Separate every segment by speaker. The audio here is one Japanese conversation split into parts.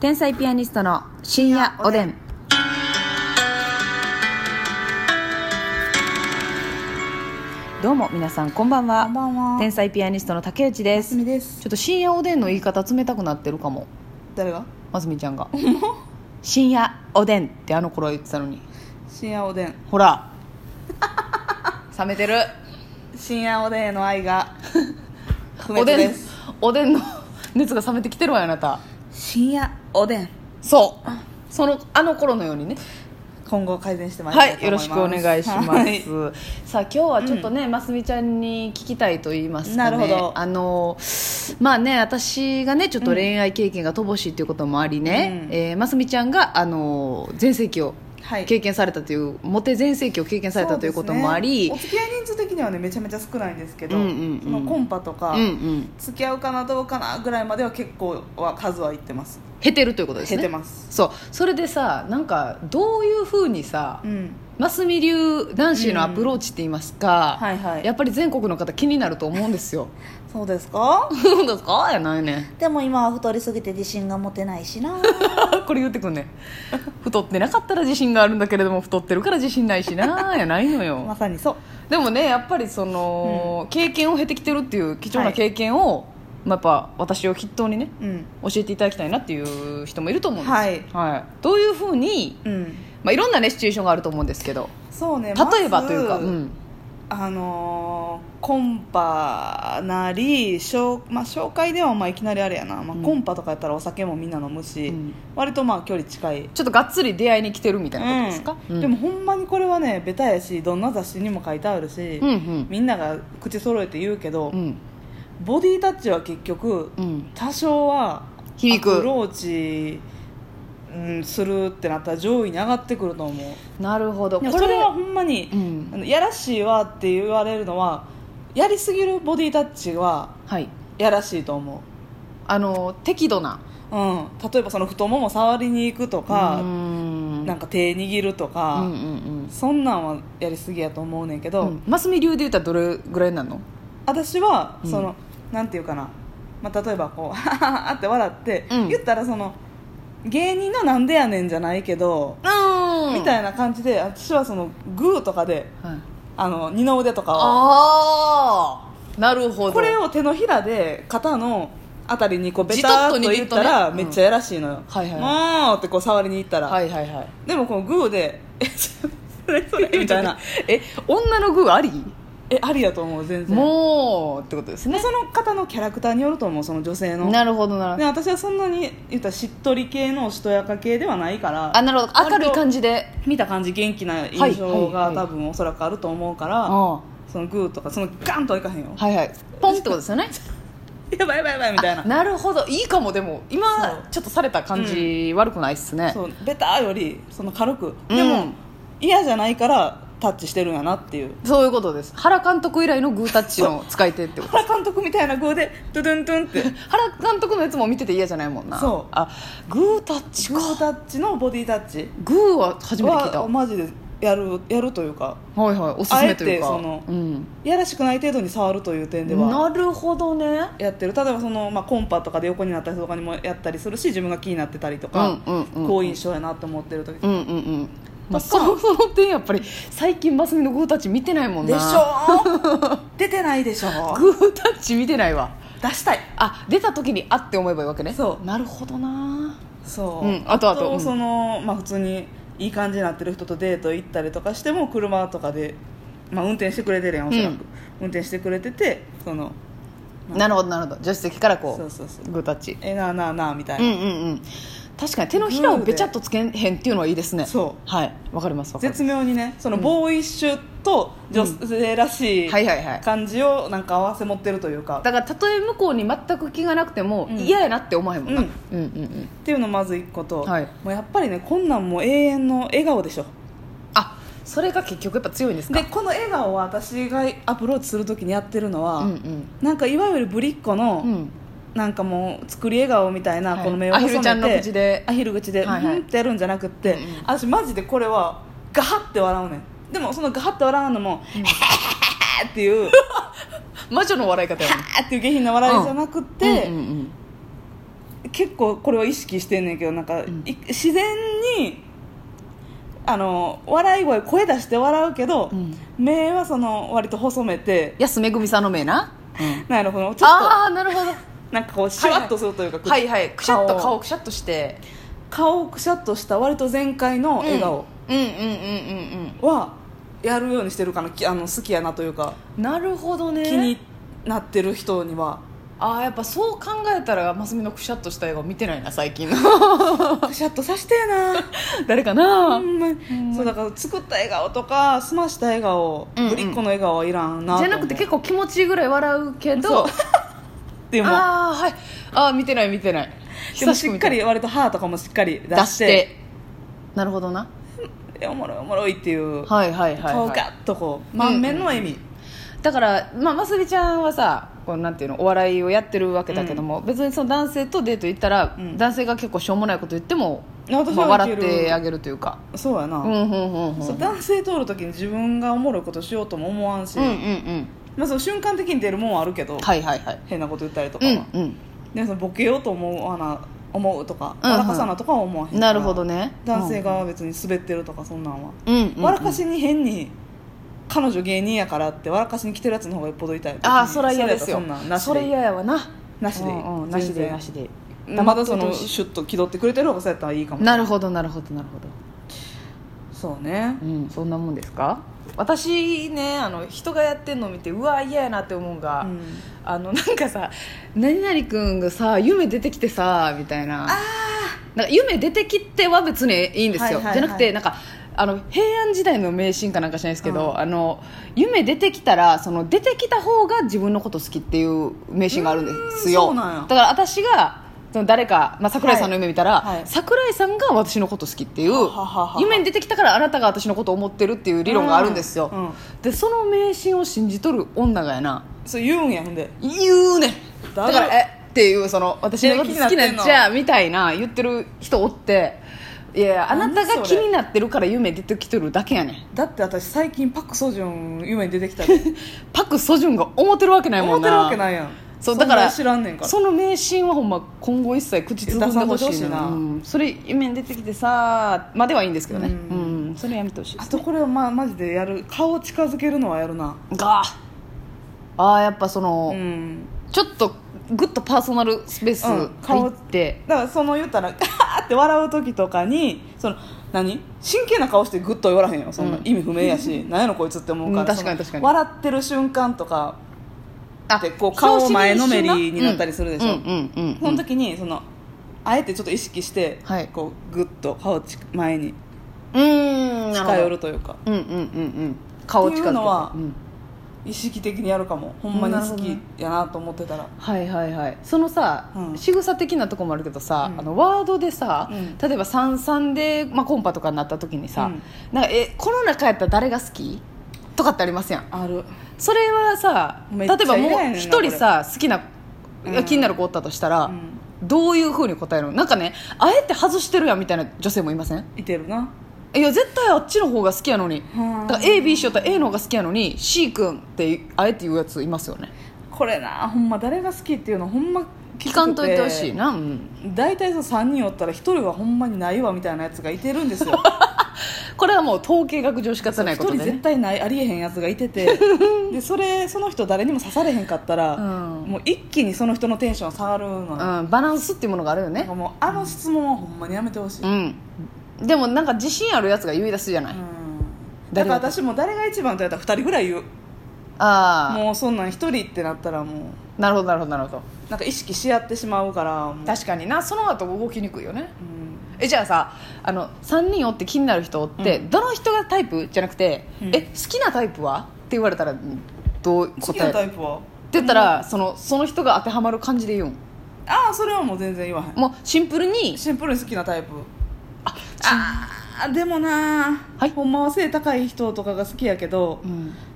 Speaker 1: 天才ピアニストの深夜おでんどうも皆さんこんばんは
Speaker 2: こんばんは
Speaker 1: 天才ピアニストの竹内です
Speaker 2: すみです
Speaker 1: ちょっと深夜おでんの言い方冷たくなってるかも
Speaker 2: 誰が
Speaker 1: ますみちゃん が深夜おでんってあの頃言ってたのに
Speaker 2: 深夜おでん
Speaker 1: ほら冷めてる
Speaker 2: 深夜おでんへの愛が 不
Speaker 1: お
Speaker 2: 滅
Speaker 1: で
Speaker 2: で
Speaker 1: ん
Speaker 2: す
Speaker 1: おでんの熱が冷めてきてるわよあなた
Speaker 2: 深夜おでん
Speaker 1: そうそのあの頃のようにね
Speaker 2: 今後改善してまいり
Speaker 1: は
Speaker 2: たい
Speaker 1: い、
Speaker 2: と
Speaker 1: よ
Speaker 2: 思
Speaker 1: ろしくお
Speaker 2: います
Speaker 1: 願いします。
Speaker 2: はい
Speaker 1: さあ、今日はちょっとね、ますみちゃんに聞きたいと言いますかね。
Speaker 2: なるほど
Speaker 1: あの、まあね、私がね、ちょっと恋愛経験が乏しいということもありね。
Speaker 2: うん
Speaker 1: えーますみちゃんが、あの、全盛期を
Speaker 2: はい
Speaker 1: 経験されたという、モテ全盛期を経験されたということもあり。
Speaker 2: そうですねお付き合い人数的にはねめちゃめちゃ少ないんですけど、
Speaker 1: うんうんうん
Speaker 2: そのコンパとか、
Speaker 1: うんうん、
Speaker 2: 付き合うかなどうかなぐらいまでは結構は数はいってます
Speaker 1: 減ってるということですね。
Speaker 2: 減ってます
Speaker 1: そう、それでさ、なんか、どういうふうにさ
Speaker 2: う。ん
Speaker 1: ますみ流男子へのアプローチって言いますか、
Speaker 2: うんはいはい
Speaker 1: やっぱり全国の方気になると思うんですよ
Speaker 2: そうですか
Speaker 1: そうですかやないね
Speaker 2: でも今は太りすぎて自信が持てないしな
Speaker 1: これ言ってくんね太ってなかったら自信があるんだけれども太ってるから自信ないし なやないの
Speaker 2: ま
Speaker 1: よ
Speaker 2: さにそう
Speaker 1: でもねやっぱりその、経験を経てきてるっていう貴重な経験を、まあ、やっぱ私を筆頭にね
Speaker 2: うん
Speaker 1: 教えていただきたいなっていう人もいると思うんです
Speaker 2: はい
Speaker 1: はい、どういうふうに、
Speaker 2: うん
Speaker 1: まあ、いろんなねシチュエーションがあると思うんですけど
Speaker 2: そうね
Speaker 1: 例えば
Speaker 2: ま
Speaker 1: と
Speaker 2: ず
Speaker 1: いうか、うん、
Speaker 2: あのーコンパなり、しょうまあ、紹介ではまあいきなりあれやな、まあ、
Speaker 1: うん
Speaker 2: コンパとかやったらお酒もみんな飲むし、
Speaker 1: うん
Speaker 2: 割とまあ距離近い、
Speaker 1: ちょっとがっつり出会いに来てるみたいなことですか、
Speaker 2: うんでも、ほんまにこれはねベタやしどんな雑誌にも書いてあるし、
Speaker 1: うんうん
Speaker 2: みんなが口揃えて言うけど、
Speaker 1: うん
Speaker 2: ボディタッチは結局
Speaker 1: うん、
Speaker 2: 多少は
Speaker 1: 響く
Speaker 2: アプローチ、うん、するってなったら上位に上がってくると思う
Speaker 1: なるほど
Speaker 2: いやそれはほんまに、
Speaker 1: うん
Speaker 2: あのやらしいわって言われるのはやりすぎるボディタッチは
Speaker 1: はい
Speaker 2: やらしいと思
Speaker 1: あの適度な
Speaker 2: う、うん、例えばその太もも触りに行くと
Speaker 1: うー
Speaker 2: か、
Speaker 1: ん
Speaker 2: なんか手握るとか、
Speaker 1: うんうん
Speaker 2: そんなんはやりすぎやと思うねんけ
Speaker 1: う
Speaker 2: ど、
Speaker 1: んうんマスミ流で言ったらどれぐらいなの
Speaker 2: 私は
Speaker 1: うん
Speaker 2: その、なんていうかな、まあ、例えばこう「 ははははって笑って、
Speaker 1: うん
Speaker 2: 言ったらその芸人の「なんでやねん」じゃないけど、
Speaker 1: うん
Speaker 2: みたいな感じで私はそのグーとかで
Speaker 1: はい、
Speaker 2: あの二の腕とかを
Speaker 1: ああなるほど
Speaker 2: これを手のひらで肩のあたりにこうベターっと
Speaker 1: じとっと握
Speaker 2: い
Speaker 1: る
Speaker 2: っ
Speaker 1: とね
Speaker 2: たら
Speaker 1: うん
Speaker 2: めっちゃやらしいのよ、
Speaker 1: はいはい
Speaker 2: もうってこう触りに行ったら、
Speaker 1: はいはいはい
Speaker 2: でもこのグーで「えそれ それ」 みたいな
Speaker 1: え女の具あり
Speaker 2: えありやと思う全然
Speaker 1: もうってことですね
Speaker 2: その方のキャラクターによると思うその女性の
Speaker 1: なるほどなるほ
Speaker 2: で
Speaker 1: ど
Speaker 2: 私はそんなに言ったらしっとり系のおしとやか系ではないから
Speaker 1: あなるほど明るい感じで
Speaker 2: 見た感じ元気な印象
Speaker 1: はいは
Speaker 2: が
Speaker 1: いはい
Speaker 2: 多分おそらくあると思うから、
Speaker 1: あ
Speaker 2: そのグーとかそのガンとはいかへんよ
Speaker 1: あはいはいポンってことですよね
Speaker 2: やばいやばいや ばいみたいな
Speaker 1: なるほどいいかもでも
Speaker 2: そ
Speaker 1: 今
Speaker 2: う
Speaker 1: ちょっとされた感じ、悪くないっすね
Speaker 2: そうベターよりその軽く
Speaker 1: うん
Speaker 2: でも、嫌じゃないからタッチしてるんやなっていう
Speaker 1: そういうことです原監督以来のグータッチの使い手 ってこと
Speaker 2: 原監督みたいな声でトゥトゥントゥンってグ
Speaker 1: 原監督のやつも見てて嫌じゃないもんな
Speaker 2: そう
Speaker 1: あグータッチか
Speaker 2: ータッチのボディタッチ
Speaker 1: グーは初めて聞いた
Speaker 2: はマジでやるやるというか
Speaker 1: はいはいおすすめというか
Speaker 2: あえてその
Speaker 1: うん、
Speaker 2: やらしくない程度に触るという点では
Speaker 1: なるほどね
Speaker 2: やってる例えばその、まあ、コンパとかで横になったりとかにもやったりするし自分が気になってたりとか、
Speaker 1: うんうんうん
Speaker 2: 好印象やなと思ってる時、
Speaker 1: うんうんうんまあ、そその点やっぱり最近マスミのグータッチ見てないもんな
Speaker 2: でしょ出てないでしょ
Speaker 1: グータッチ見てないわ
Speaker 2: 出したい
Speaker 1: あ出た時にあって思えばいいわけね
Speaker 2: そう
Speaker 1: なるほどな
Speaker 2: そう、
Speaker 1: うんあとあとうん
Speaker 2: その、まあ、普通にいい感じになってる人とデート行ったりとかしても車とかで、まあ、運転してくれてるやんおそらく、
Speaker 1: うん
Speaker 2: 運転してくれててその
Speaker 1: なるほどなるほど助手席からこう
Speaker 2: そうそうそう
Speaker 1: グータッチ
Speaker 2: えなあなあなあみたい
Speaker 1: うん
Speaker 2: な、
Speaker 1: うんうん確かに手のひらをべちゃっとつけへんっていうのはいいですね
Speaker 2: そう
Speaker 1: はいわかりますわかります
Speaker 2: 絶妙にねそのボーイッシュと女性らしい
Speaker 1: はいはいはい
Speaker 2: 感じをなんか合わせ持ってるというか、
Speaker 1: だからたとえ向こうに全く気がなくても
Speaker 2: うん
Speaker 1: 嫌やなって思わへんもんな、う
Speaker 2: うんん、
Speaker 1: うんうん
Speaker 2: っていうのまず一個と、
Speaker 1: はい
Speaker 2: もうやっぱりねこんなんもう永遠の笑顔でしょ
Speaker 1: あそれが結局やっぱ強いんですか
Speaker 2: でこの笑顔は私がアプローチするときにやってるのは、
Speaker 1: うん
Speaker 2: なんかいわゆるぶりっ子の、
Speaker 1: うんうん
Speaker 2: なんかもう作り笑顔みたいな、
Speaker 1: はい
Speaker 2: この目を細めて
Speaker 1: アヒルちゃんの口で
Speaker 2: アヒル口で、
Speaker 1: はいはい
Speaker 2: うんってやるんじゃなくって、
Speaker 1: うんうん
Speaker 2: 私マジでこれはガハって笑うねんでもそのガハって笑うのも、へへへへって いう
Speaker 1: 魔女の笑い方やもん
Speaker 2: あーっていう下品な笑いじゃなくって、
Speaker 1: うんうんうん
Speaker 2: 結構これは意識してんねんけどなんか、
Speaker 1: ん
Speaker 2: い自然にあの笑い声声出して笑うけど、
Speaker 1: うん
Speaker 2: 目はその割と細めて
Speaker 1: 安めぐみさんの目な、
Speaker 2: なんやろこのちょっ
Speaker 1: ああなるほど
Speaker 2: となんかこうシュワッとするというか、
Speaker 1: はいはいくしゃっと
Speaker 2: 顔
Speaker 1: 顔くしゃっとして
Speaker 2: 顔をくしゃっとした割と全開の笑顔
Speaker 1: うんうんうんうんうん
Speaker 2: はやるようにしてるかなきあの好きやなというか
Speaker 1: うんなるほどね
Speaker 2: 気になってる人に は
Speaker 1: ああやっぱそう考えたらマスミのくしゃっとした映画見てないな最近
Speaker 2: くしゃっとさしてえな
Speaker 1: 誰かな
Speaker 2: ほんまにそうだから作った笑顔とか済ました笑顔、
Speaker 1: うんうん
Speaker 2: ぶりっ子の笑顔はいらんな
Speaker 1: じゃなくて結
Speaker 2: 構
Speaker 1: 構気持ちいいぐらい笑うけ
Speaker 2: そ
Speaker 1: ど
Speaker 2: うでも
Speaker 1: ああはいああ見てない見てない
Speaker 2: でも
Speaker 1: 久
Speaker 2: しっ
Speaker 1: 見
Speaker 2: か
Speaker 1: てない
Speaker 2: り割と歯とかもしっかり出
Speaker 1: 出
Speaker 2: し
Speaker 1: しててなるほどな
Speaker 2: えおもろいおもろいっていう、
Speaker 1: はいはいはい、はい、
Speaker 2: 顔ガッとこう満面の笑み、
Speaker 1: だから、まあ、ますびちゃんはさこうなんていうのお笑いをやってるわけだけども、別にその男性とデート行ったら、
Speaker 2: うん
Speaker 1: 男性が結構しょうもないこと言っても、
Speaker 2: 私
Speaker 1: まあ
Speaker 2: は
Speaker 1: 笑
Speaker 2: いけ
Speaker 1: っ
Speaker 2: る
Speaker 1: てあげるというか
Speaker 2: そうやな、
Speaker 1: うんうんうんうん
Speaker 2: そう男性通るときに自分がおもろいことしようとも思わんし、
Speaker 1: うんうんうん
Speaker 2: まあ、その瞬間的に出るもんはあるけど、
Speaker 1: はいはいはい
Speaker 2: 変なこと言ったりとか
Speaker 1: う
Speaker 2: は、
Speaker 1: ん
Speaker 2: でそのボケようと思うな思うとか
Speaker 1: うんうん
Speaker 2: 笑かさなとかは思わへん
Speaker 1: う
Speaker 2: か
Speaker 1: ん
Speaker 2: ら
Speaker 1: なるほどね
Speaker 2: 男性が別に滑ってるとかそんなんは、
Speaker 1: うんうんうん
Speaker 2: 笑かしに変に彼女芸人やからって笑かしに来てるやつの方がよっぽど痛い
Speaker 1: ああそれは嫌です
Speaker 2: そ
Speaker 1: よ
Speaker 2: んなんなし
Speaker 1: それ
Speaker 2: で
Speaker 1: 嫌やわな
Speaker 2: なしでいい
Speaker 1: うんうんなし
Speaker 2: 全
Speaker 1: で
Speaker 2: 然
Speaker 1: なしで
Speaker 2: まだそ
Speaker 1: 黙
Speaker 2: の
Speaker 1: っててほしい
Speaker 2: シュッと気取ってくれてる方がそうやったらいいかも
Speaker 1: なるほどなるほどなるほど
Speaker 2: そうね
Speaker 1: うん、そんなもんですか私ねあの人がやってんのを見てうわ嫌やなって思うんが、
Speaker 2: うん
Speaker 1: あのなんかさ「何々くんがさ夢出てきてさ」みたいななんか夢出てきては別にいいんですよ、
Speaker 2: はいはいはい
Speaker 1: じゃなくてなんかあの平安時代の迷信かなんかしないですけど、
Speaker 2: うん
Speaker 1: あの夢出てきたらその出てきた方が自分のこと好きっていう迷信があるんです
Speaker 2: うーん
Speaker 1: よ
Speaker 2: そうなんや
Speaker 1: だから私がその誰か、まあ、桜井さんの夢見たら、
Speaker 2: はいはい
Speaker 1: 桜井さんが私のこと好きっていう
Speaker 2: ははは
Speaker 1: 夢に出てきたからあなたが私のことを思ってるっていう理論があるんですよ、
Speaker 2: うんうん
Speaker 1: でその迷信を信じとる女がやな
Speaker 2: そう言うんやんで
Speaker 1: 言うねん
Speaker 2: だ
Speaker 1: だ
Speaker 2: る
Speaker 1: からえっていうその私のこと好きなんじゃみたいな言ってる人おっていやいやあな
Speaker 2: 何それ
Speaker 1: たが気になってるから夢出てきてるだけやねん
Speaker 2: だって私最近パク・ソジュン夢に出 てきたで
Speaker 1: パク・ソジュンが思ってるわけないも
Speaker 2: 思
Speaker 1: ん
Speaker 2: っ
Speaker 1: な
Speaker 2: てるわけないやん
Speaker 1: そうだから
Speaker 2: そんなん知らんねんから
Speaker 1: その迷信はほんま今後一切口つぶんでほしい
Speaker 2: 出さんといてほしいな
Speaker 1: うんそれ夢に出てきてさまではいいんですけどねう、
Speaker 2: うん
Speaker 1: それやめてほしいで
Speaker 2: あ
Speaker 1: す
Speaker 2: とこれはまマジでやる顔近づけるのはやるな
Speaker 1: があーやっぱその、
Speaker 2: うん
Speaker 1: ちょっとグッとパーソナルスペース
Speaker 2: うん
Speaker 1: 入って、
Speaker 2: だからその言ったら って笑う時とかにその何真剣な顔してグッと言われへんよそんな
Speaker 1: うん
Speaker 2: 意味不明 やし、何やろこいつって思うから、
Speaker 1: うん確かに
Speaker 2: その
Speaker 1: 確かに
Speaker 2: 笑ってる瞬間とか
Speaker 1: あ
Speaker 2: でこう顔を前のめりになったりするでし
Speaker 1: う
Speaker 2: ょ
Speaker 1: んうんうんうん
Speaker 2: その時にそのあえてちょっと意識して、
Speaker 1: はい
Speaker 2: こうグッと顔ち前に
Speaker 1: うーんなるほ
Speaker 2: 近
Speaker 1: ど
Speaker 2: 寄るというか
Speaker 1: うんうんうんうん顔近づけ
Speaker 2: ってい
Speaker 1: て
Speaker 2: うのは
Speaker 1: うん
Speaker 2: 意識的にやるかもほんまに好きやなと思ってたら、
Speaker 1: はいはいはいそのさ、
Speaker 2: うん
Speaker 1: 仕草的なとこもあるけどさ、
Speaker 2: うん
Speaker 1: あのワードでさ、
Speaker 2: うん
Speaker 1: 例えば三三で、まあ、コンパとかになった時にさ、
Speaker 2: うん
Speaker 1: なんかえこの中やったら誰が好きとかってありますやん
Speaker 2: ある
Speaker 1: それはさ例
Speaker 2: め
Speaker 1: え
Speaker 2: っちゃ
Speaker 1: ばも
Speaker 2: 嫌やね
Speaker 1: う
Speaker 2: んな
Speaker 1: 一人さ好きな
Speaker 2: うん
Speaker 1: 気になる子おったとしたら、
Speaker 2: うん
Speaker 1: どういうふうに答えるのなんかねあえて外してるやんみたいな女性もいません
Speaker 2: いてるない
Speaker 1: や絶対あっちの方が好きやのに
Speaker 2: うん
Speaker 1: だから AB しよったら A の方が好きやのに C 君ってあえて言うやついますよね
Speaker 2: これなほんま誰が好きっていうのほんま
Speaker 1: 聞かんといてほしいな、うん
Speaker 2: 大体その3人おったら1人はほんまにないわみたいなやつがいてるんで すよ
Speaker 1: これはもう統計学上仕方な
Speaker 2: 1
Speaker 1: いこと
Speaker 2: 人
Speaker 1: で、
Speaker 2: 絶
Speaker 1: ね、
Speaker 2: 対ないありえへんやつがいて てでそれその人誰にも刺されへんかったら、
Speaker 1: うん
Speaker 2: もう一気にその人のテンション下がるのよ、なん
Speaker 1: うん、バランスっていうものがあるよね
Speaker 2: かもうあの質問はほんまにやめてほしい、
Speaker 1: うんでもなんか自信あるやつが言い出すじゃない、
Speaker 2: うんだ
Speaker 1: 誰
Speaker 2: から
Speaker 1: が
Speaker 2: 私も誰が一番とやったら2人ぐらい言う
Speaker 1: あ
Speaker 2: もうそんなん1人ってなったらもう
Speaker 1: あなるほどなるほどなるほど
Speaker 2: なんか意識し合ってしまうからもう
Speaker 1: 確かになその後動きにくいよね
Speaker 2: うん
Speaker 1: えじゃあさあの3人おって気になる人おって、どの人がタイプじゃなくて、
Speaker 2: うん
Speaker 1: え好きなタイプはって言われたらどう
Speaker 2: 好
Speaker 1: 答え
Speaker 2: きな
Speaker 1: るっ
Speaker 2: タ
Speaker 1: て
Speaker 2: イプは
Speaker 1: 言ったら、そのその人が当てはまる感じで言うん
Speaker 2: ああそれはもう全然言わへん
Speaker 1: もうシンプルに
Speaker 2: シンプルに好きなタイプああーでもなー、
Speaker 1: はい
Speaker 2: ほんまは背高い人とかが好きやけど、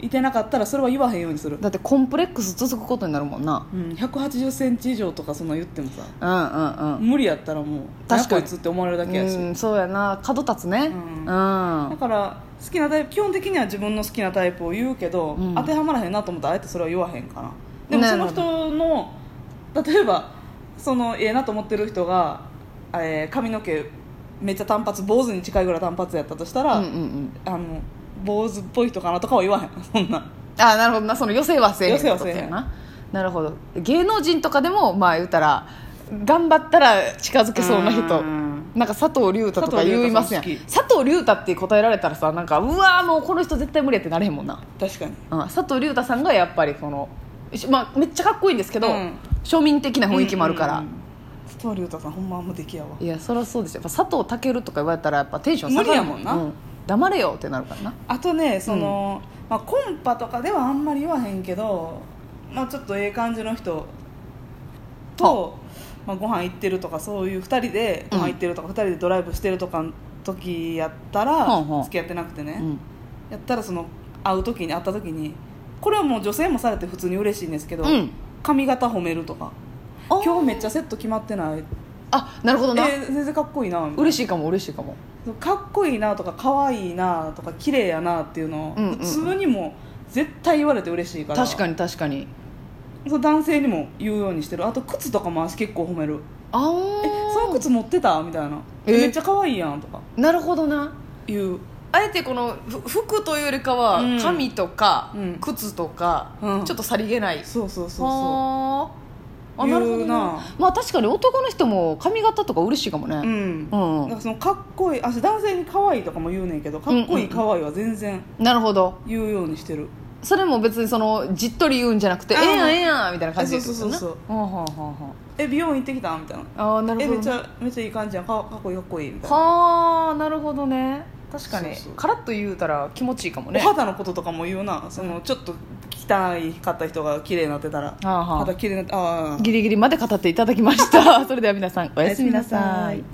Speaker 2: いてなかったらそれは言わへんようにする、
Speaker 1: だってコンプレックス続くことになるもんな
Speaker 2: うん、1 8 0ンチ以上とかそんな言ってもさ
Speaker 1: うんうんうん
Speaker 2: 無理やったらもう
Speaker 1: 確かに
Speaker 2: 何やこいつって思われるだけやし、
Speaker 1: うんそうやな角立つねうん
Speaker 2: んだ
Speaker 1: あ
Speaker 2: から好きなタイプ基本的には自分の好きなタイプを言うけど、
Speaker 1: うん
Speaker 2: 当てはまらへんなと思ったらあえてそれは言わへんかなでも
Speaker 1: な
Speaker 2: そ
Speaker 1: るほ
Speaker 2: の
Speaker 1: ど
Speaker 2: 人の例えばそのええなと思ってる人が、えー髪の毛めっちゃ短髪坊主に近いぐらい短髪やったとしたら、
Speaker 1: うんうんうん
Speaker 2: あの坊主っぽい人かなとかは言わへんそ んな
Speaker 1: あなるほどなその寄せはせえへんってこと
Speaker 2: 寄せはせえへ
Speaker 1: や
Speaker 2: ん
Speaker 1: ななるほど芸能人とかでもまあ言うたら頑張ったら近づけそうな人
Speaker 2: うん
Speaker 1: なんか佐藤隆太とか言いますやん
Speaker 2: 佐藤隆太さん
Speaker 1: 佐
Speaker 2: 好き
Speaker 1: 藤隆太って答えられたらさなんかうわーもうこの人絶対無理やってなれへんもんな、
Speaker 2: 確かに
Speaker 1: うん、佐藤隆太さんがやっぱりこの、しまあ、めっちゃかっこいいんですけど、
Speaker 2: うん
Speaker 1: 庶民的な雰囲気もあるから、
Speaker 2: うんうんうん佐藤隆太さんほんまあんま出来やわ
Speaker 1: いやそりゃそうでしょやっぱ佐藤健とか言われたらやっぱテンション下がる
Speaker 2: 無理やもんな
Speaker 1: う黙れよってなるからな
Speaker 2: あとねその、まあ、コンパとかではあんまり言わへんけど、まあ、ちょっとええ感じの人と、まあ、ご飯行ってるとかそういう2人で
Speaker 1: うん
Speaker 2: ご飯行ってるとか、2人でドライブしてるとかの時やったら、
Speaker 1: ほうほう
Speaker 2: 付き合ってなくてね、
Speaker 1: うん
Speaker 2: やったらその会う時に会った時にこれはもう女性もされて普通に嬉しいんですけど、
Speaker 1: うん
Speaker 2: 髪型褒めるとか
Speaker 1: あー
Speaker 2: 今日めっちゃセット決まってない
Speaker 1: あなるほ
Speaker 2: え
Speaker 1: どな、
Speaker 2: ー全然かっこいいなみたいな
Speaker 1: 嬉しいかも嬉しいかも
Speaker 2: かっこいいなとか可愛いなとか綺麗やなっていうのを
Speaker 1: うんうんうん
Speaker 2: 普通にも絶対言われて嬉しいから
Speaker 1: 確かに確かに
Speaker 2: そう男性にも言うようにしてるあと靴とかも足結構褒める
Speaker 1: あ
Speaker 2: 「えその
Speaker 1: あ
Speaker 2: 靴持ってた?」みたいな「
Speaker 1: え
Speaker 2: めっちゃ可愛いやん」とか
Speaker 1: なるほどな
Speaker 2: 言う
Speaker 1: あえてこのふ服というよりかは
Speaker 2: うん
Speaker 1: 髪とか
Speaker 2: うん
Speaker 1: 靴とか
Speaker 2: うん
Speaker 1: ちょっとさりげない
Speaker 2: そうそうそうそ
Speaker 1: はーあ
Speaker 2: 言
Speaker 1: な
Speaker 2: うな
Speaker 1: るほどなまあ確かに男の人も髪型とか嬉しいかも
Speaker 2: うう
Speaker 1: ね
Speaker 2: ん
Speaker 1: う
Speaker 2: だか
Speaker 1: ん、
Speaker 2: らそのかっこいいあ男性に可愛いとかも言うねんけどかっこいい
Speaker 1: うんうんうん
Speaker 2: 可愛いは全然
Speaker 1: なるほど
Speaker 2: 言うようにしてる
Speaker 1: それも別にそのじっとり言うんじゃなくて「え
Speaker 2: あー
Speaker 1: えやんええやん」みたいな感じで
Speaker 2: そうそうそうそう
Speaker 1: ほうほうほうほう
Speaker 2: 「え美容院行ってきた?」みたいな
Speaker 1: ああな
Speaker 2: 「
Speaker 1: る
Speaker 2: え
Speaker 1: ほ
Speaker 2: め
Speaker 1: ど
Speaker 2: っ
Speaker 1: ね
Speaker 2: ちゃめっちゃいい感じやんかかっこいいかっこいい」みたいな
Speaker 1: はあなるほどね確かに
Speaker 2: そうそう
Speaker 1: カラッと言うたら気持ちいいかもね
Speaker 2: お肌のこととかも言うなそのちょっと汚いかった人が綺麗になってたら
Speaker 1: ああはあ
Speaker 2: 肌綺麗になってああ
Speaker 1: ギリギリまで語っていただきましたそれでは皆さんおやすみな
Speaker 2: おやすみな
Speaker 1: さ
Speaker 2: さ
Speaker 1: い
Speaker 2: い